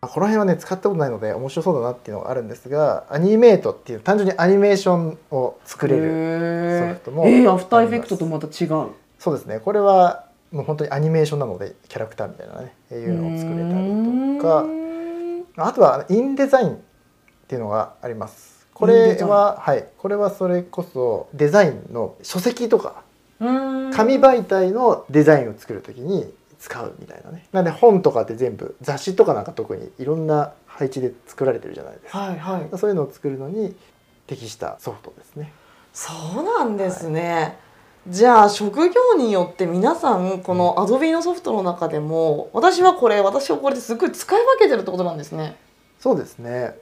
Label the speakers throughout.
Speaker 1: まあこの辺はね使ったことないので面白そうだなっていうのがあるんですがアニメートっていう単純にアニメーションを作れるソフトも
Speaker 2: えー、アフターエフェクトとまた違う
Speaker 1: そうですねこれはもう本当にアニメーションなのでキャラクターみたいなねいうのを作れたりと
Speaker 2: う
Speaker 1: か
Speaker 2: ーん
Speaker 1: あとはインデザインっていうのがありますこ
Speaker 2: インデ
Speaker 1: れ
Speaker 2: ザイン
Speaker 1: ははいこれはそれこそデザインの書籍とか
Speaker 2: うーん
Speaker 1: 紙媒体のデザインを作るときに使うみたいなねなので本とかって全部雑誌とかなんか特にいろんな配置で作られてるじゃないですか
Speaker 2: はいはい
Speaker 1: そういうのを作るのに適したソフトですね
Speaker 2: そうなんですね、じゃあ職業によって皆さんこのアドビのソフトの中でも私はこれ私はこれですごい使い分けてるってことなんですね
Speaker 1: そうですね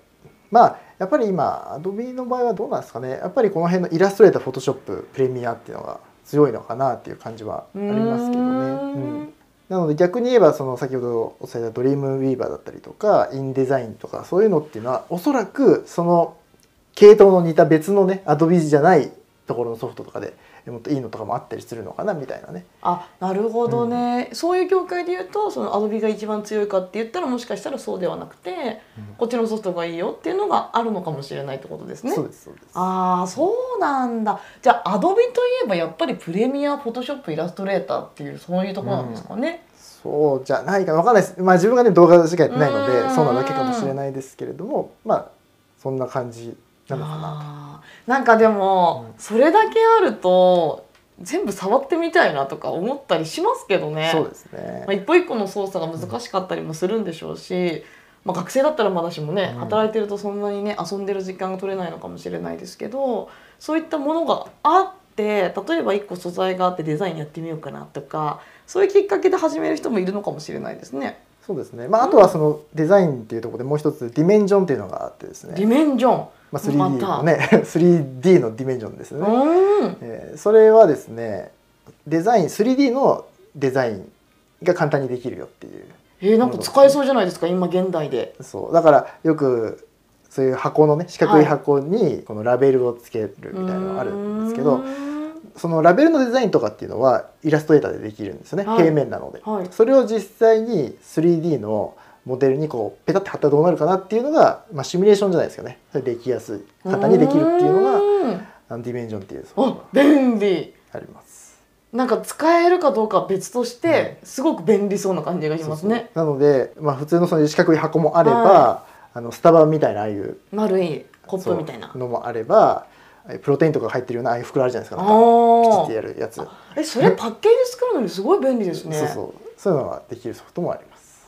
Speaker 1: まあやっぱり今 Adobe の場合はどうなんですかねやっぱりこの辺のイラストレーター Photoshop プレミアっていうのが強いのかなっていう感じはありますけどね。
Speaker 2: うーん
Speaker 1: うんなので逆に言えばその先ほどお伝えしたドリームウィーバーだったりとかインデザインとかそういうのっていうのはおそらくその系統の似た別のね Adobe じゃないところのソフトとかでもっといいのとかもあったりするのかなみたいなね
Speaker 2: あなるほどね、そういう業界で言うとそのアドビが一番強いかって言ったらもしかしたらそうではなくて、
Speaker 1: うん
Speaker 2: こっちのソフトがいいよっていうのがあるのかもしれないってことですね
Speaker 1: そうですそうです
Speaker 2: ああそうなんだじゃあアドビといえばやっぱりプレミアフォトショップイラストレーターっていうそういうところなんですかね、
Speaker 1: そうじゃないかわかんないです。まあ自分がね動画しかやってないの
Speaker 2: う
Speaker 1: で
Speaker 2: ん
Speaker 1: そうなだけかもしれないですけれども、まあそんな感じなのかな。
Speaker 2: あーなんかでも、それだけあると全部触ってみたいなとか思ったりしますけどね
Speaker 1: そうですね
Speaker 2: まあ、。一歩一歩の操作が難しかったりもするんでしょうし、まあ、学生だったらまだしもね、
Speaker 1: うん
Speaker 2: 働いてるとそんなにね遊んでる時間が取れないのかもしれないですけどそういったものがあって例えば一個素材があってデザインやってみようかなとかそういうきっかけで始める人もいるのかもしれないですね。
Speaker 1: そうですね。まああとはそのデザインっていうところでもう一つディメンジョンっていうのがあってです
Speaker 2: ディ
Speaker 1: ね。
Speaker 2: メンジョン、
Speaker 1: まあ 3D の
Speaker 2: ま
Speaker 1: ね 3D のディメンジョンです
Speaker 2: た
Speaker 1: ね。
Speaker 2: うん
Speaker 1: えーそれはですねデザイン 3D のデザインが簡単にできるよっていう。
Speaker 2: えーなんか使えそうじゃないですか今現代で。
Speaker 1: そうだからよくそういう箱のね四角い箱にこのラベルをつけるみたいなのがあるんですけど。
Speaker 2: うーん
Speaker 1: そのラベルのデザインとかっていうのはイラストレーターでできるんですよね、
Speaker 2: はい
Speaker 1: 平面なので、
Speaker 2: はい
Speaker 1: それを実際に 3D のモデルにこうペタって貼ったらどうなるかなっていうのが、まあ、シミュレーションじゃないですかねそれできやすい簡単にできるっていうのが
Speaker 2: が
Speaker 1: あのディメンジョンっていうソフト
Speaker 2: あ便利
Speaker 1: があります。
Speaker 2: なんか使えるかどうかは別として、すごく便利そうな感じがしますね。
Speaker 1: そうそうなので、まあ、普通のその四角い箱もあれば、
Speaker 2: は
Speaker 1: あのスタバみたいなああいう
Speaker 2: 丸いコップみたいな
Speaker 1: そう。のもあればプロテインとかが入ってるようなああいう袋あるじゃないですかなんかピチ
Speaker 2: あ
Speaker 1: ってやるやつ、
Speaker 2: あ。え、それパッケージ作るのにすごい便利ですね。
Speaker 1: そうそうそういうのができるソフトもあります。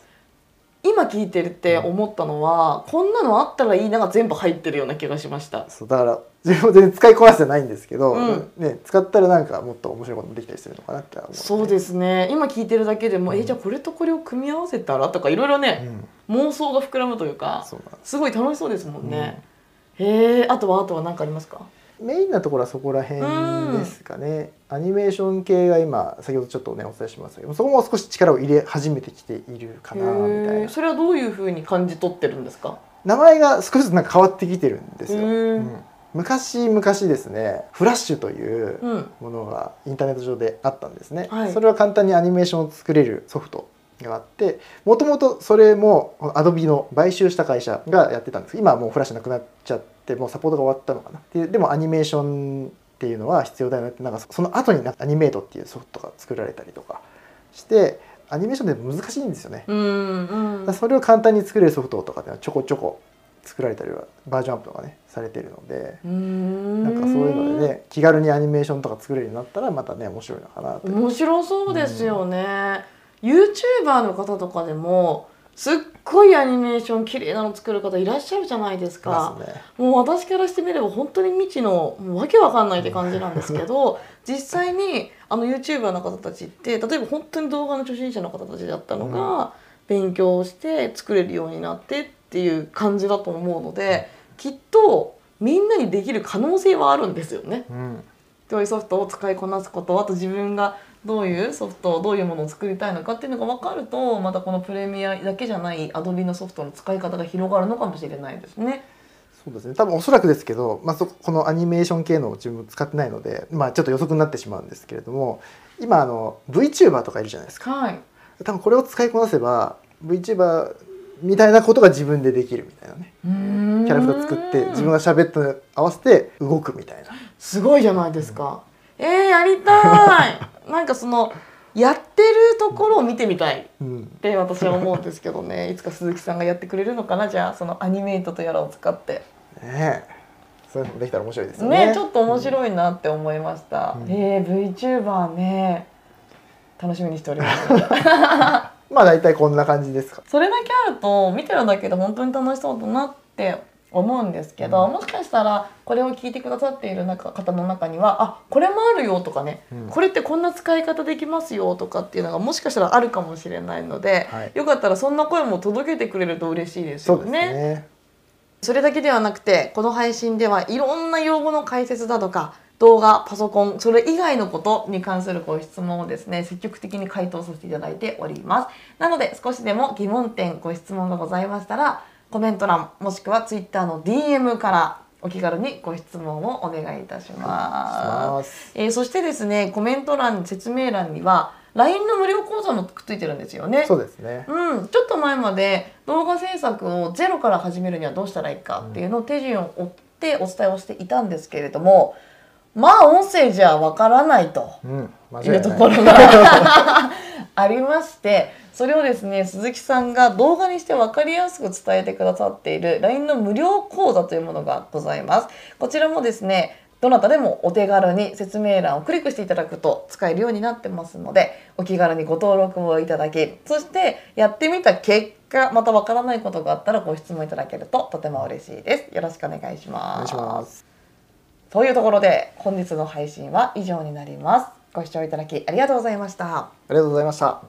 Speaker 2: 今聞いてるって思ったのは、こんなのあったらいいなが全部入ってるような気がしました。
Speaker 1: そうだから自分も全然使いこなせてないんですけど、
Speaker 2: うん
Speaker 1: ね、使ったらなんかもっと面白いこともできたりするのかなって思う
Speaker 2: そうですね。今聞いてるだけでも、え、じゃあこれとこれを組み合わせたらとかいろいろ
Speaker 1: う
Speaker 2: ね、
Speaker 1: ん、
Speaker 2: 妄想が膨らむというか、
Speaker 1: そうなんです
Speaker 2: すごい楽しそうですもんね。へえ、あとはあとは何かありますか。
Speaker 1: メインなところはそこら辺ですかね、アニメーション系が今先ほどちょっとねお伝えしましたけどそこも少し力を入れ始めてきているかなみたい
Speaker 2: へ
Speaker 1: な
Speaker 2: ーそれはどういう風に感じ取ってるんですか。
Speaker 1: 名前が少しずつなんか変わってきてるんですよ、
Speaker 2: へー
Speaker 1: うん昔昔ですねフラッシュという
Speaker 2: うん。
Speaker 1: ものがインターネット上であったんですね、
Speaker 2: はい
Speaker 1: それは簡単にアニメーションを作れるソフトがあってもともとそれもアドビの買収した会社がやってたんですけど今はもうフラッシュなくなっちゃってもうサポートが終わったのかなででもアニメーションっていうのは必要だよねってなんかその後になんかアニメートっていうソフトが作られたりとかしてアニメーションって難しいんですよね、
Speaker 2: うんうん
Speaker 1: だからそれを簡単に作れるソフトとかっていうのはちょこちょこ作られたりはバージョンアップとかねされてるので
Speaker 2: な
Speaker 1: なんかそういうのでね気軽にアニメーションとか作れるようになったらまたね面白いのかなと
Speaker 2: 面白そうですよね、YouTuber の方とかでもすっごいアニメーション綺麗なの作る方いらっしゃるじゃないですか
Speaker 1: 思いますね。
Speaker 2: もう私からしてみれば本当に未知のもうわけわかんないって感じなんですけ ど実際にあの YouTuber の方たちって例えば本当に動画の初心者の方たちだったのが、勉強して作れるようになってっていう感じだと思うのできっとみんなにできる可能性はあるんですよね。
Speaker 1: うん、
Speaker 2: どういうソフトを使いこなすことあと自分がどういうソフトをどういうものを作りたいのかっていうのが分かるとまたこのプレミアだけじゃないアドビのソフトの使い方が広がるのかもしれないですね。
Speaker 1: そうですね多分おそらくですけど、まあ、そこのアニメーション系のを自分使ってないので、まあ、ちょっと予測になってしまうんですけれども今あの VTuber とかいるじゃないですか
Speaker 2: はい、
Speaker 1: 多分これを使いこなせば VTuber みたいなことが自分でできるみたいなね
Speaker 2: キャ
Speaker 1: キャラクター作って自分が喋ったのに合わせて動くみたいな
Speaker 2: すごいじゃないですか。えー、やりたい。なんかそのやってるところを見てみたいっ
Speaker 1: うん
Speaker 2: て私は思うんですけどね。いつか鈴木さんがやってくれるのかなじゃあそのアニメイトとやらを使って
Speaker 1: ねえそういうのできたら面白いですよね
Speaker 2: ねちょっと面白いなって思いました。
Speaker 1: うん
Speaker 2: えー、VTuber ね楽しみにしております。
Speaker 1: まあ大体こんな感じですか
Speaker 2: それだけあると見てるだけで本当に楽しそうだなって思うんですけど、もしかしたらこれを聞いてくださっている中方の中にはあこれもあるよとかね、
Speaker 1: うん
Speaker 2: これってこんな使い方できますよとかっていうのがもしかしたらあるかもしれないので、
Speaker 1: はい
Speaker 2: よかったらそんな声も届けてくれると嬉しいです
Speaker 1: そ
Speaker 2: よ
Speaker 1: うですね
Speaker 2: それだけではなくてこの配信ではいろんな用語の解説だとか動画パソコンそれ以外のことに関するご質問をですね積極的に回答させていただいておりますなので少しでも疑問点ご質問がございましたらコメント欄もしくは Twitter の DM からお気軽にご質問をお願いいたします
Speaker 1: す
Speaker 2: えーそしてですねコメント欄説明欄には LINE の無料講座もくっついてるんですよね
Speaker 1: そうですね
Speaker 2: うん、ちょっと前まで動画制作をゼロから始めるにはどうしたらいいかっていうのを手順を追ってお伝えをしていたんですけれどもまあ音声じゃわからないと
Speaker 1: うん間
Speaker 2: い
Speaker 1: 違
Speaker 2: う
Speaker 1: い
Speaker 2: と
Speaker 1: ない
Speaker 2: ころがありましてそれをですね鈴木さんが動画にして分かりやすく伝えてくださっている LINE の無料講座というものがございます。こちらもですねどなたでもお手軽に説明欄をクリックしていただくと使えるようになってますのでお気軽にご登録をいただきそしてやってみた結果またわからないことがあったらご質問いただけるととても嬉しいですよろしくお願いし
Speaker 1: お願
Speaker 2: ま
Speaker 1: いし
Speaker 2: す
Speaker 1: ます
Speaker 2: というところで本日の配信は以上になりますご視聴いただきありがとうございました
Speaker 1: ありがとうございました